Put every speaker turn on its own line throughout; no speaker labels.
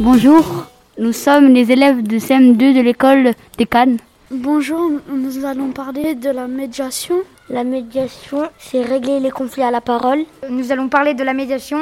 Bonjour, nous sommes les élèves de CM2 de l'école des Cannes.
Bonjour, nous allons parler de la médiation.
La médiation, c'est régler les conflits à la parole.
Nous allons parler de la médiation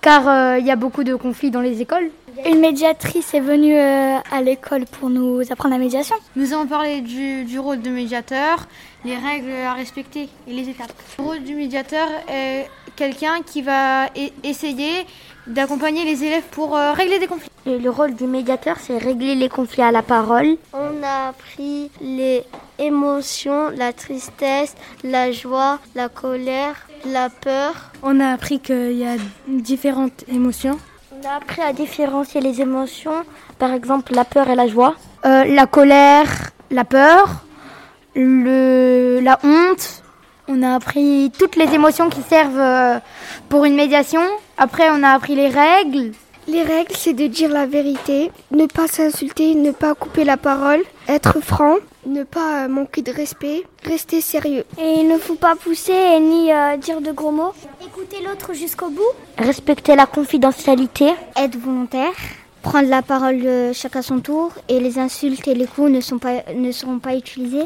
car euh, il y a beaucoup de conflits dans les écoles.
Une médiatrice est venue euh, à l'école pour nous apprendre la médiation.
Nous allons parler du, du, rôle de médiateur, les règles à respecter et les étapes. Le rôle du médiateur est quelqu'un qui va e essayer d'accompagner les élèves pour euh, régler des conflits.
Et le rôle du médiateur, c'est régler les conflits à la parole.
On a appris les émotions, la tristesse, la joie, la colère, la peur.
On a appris qu'il y a différentes émotions.
On a appris à différencier les émotions, par exemple la peur et la joie.
Euh, la colère, la peur, le, la honte. On a appris toutes les émotions qui servent euh, pour une médiation. Après, on a appris les règles.
Les règles, c'est de dire la vérité, ne pas s'insulter, ne pas couper la parole, être franc, ne pas euh, manquer de respect, rester sérieux.
Et il ne faut pas pousser ni euh, dire de gros mots.
Écouter l'autre jusqu'au bout.
Respecter la confidentialité.
Être volontaire. Prendre la parole euh, chacun à son tour et les insultes et les coups ne, sont pas, ne seront pas utilisés.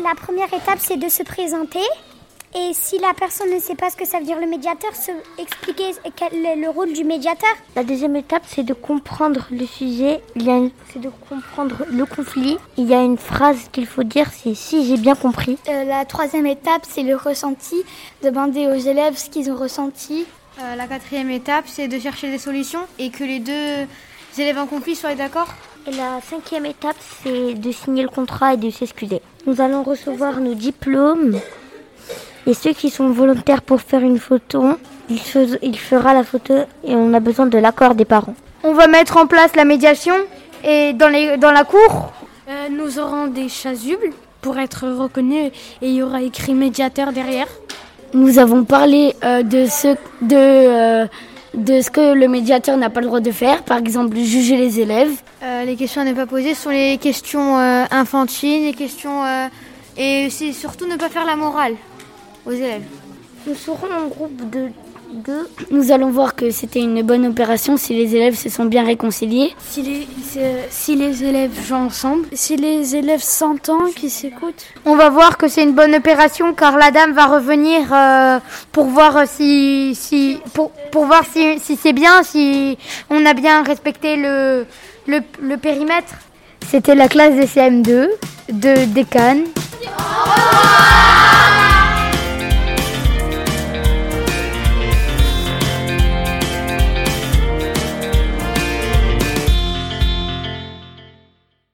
La première étape, c'est de se présenter. Et si la personne ne sait pas ce que ça veut dire le médiateur, se expliquer quel est le rôle du médiateur.
La deuxième étape, c'est de comprendre le sujet. Il y a une... c'est de comprendre le conflit. Il y a une phrase qu'il faut dire, c'est si j'ai bien compris.
Euh, la troisième étape, c'est le ressenti. Demander aux élèves ce qu'ils ont ressenti.
Euh, la quatrième étape, c'est de chercher des solutions et que les deux élèves en conflit soient d'accord.
Et la cinquième étape, c'est de signer le contrat et de s'excuser. Nous allons recevoir nos diplômes. Et ceux qui sont volontaires pour faire une photo, il, se, il fera la photo et on a besoin de l'accord des parents.
On va mettre en place la médiation et dans, les, dans la cour.
Euh, nous aurons des chasubles pour être reconnus et il y aura écrit médiateur derrière.
Nous avons parlé euh, de, ce, de, euh, de ce que le médiateur n'a pas le droit de faire, par exemple juger les élèves.
Euh, les questions à ne pas poser sont les questions euh, infantiles, les questions... euh, et c'est surtout ne pas faire la morale aux élèves.
Nous serons en groupe de deux.
Nous allons voir que c'était une bonne opération si les élèves se sont bien réconciliés.
Si les, si les élèves jouent ensemble.
Si les élèves s'entendent, qu'ils s'écoutent.
On va voir que c'est une bonne opération car la dame va revenir euh, pour voir si, si pour, pour voir si, si c'est bien, si on a bien respecté le, le, le périmètre. C'était la classe des CM2 de Décane. Oh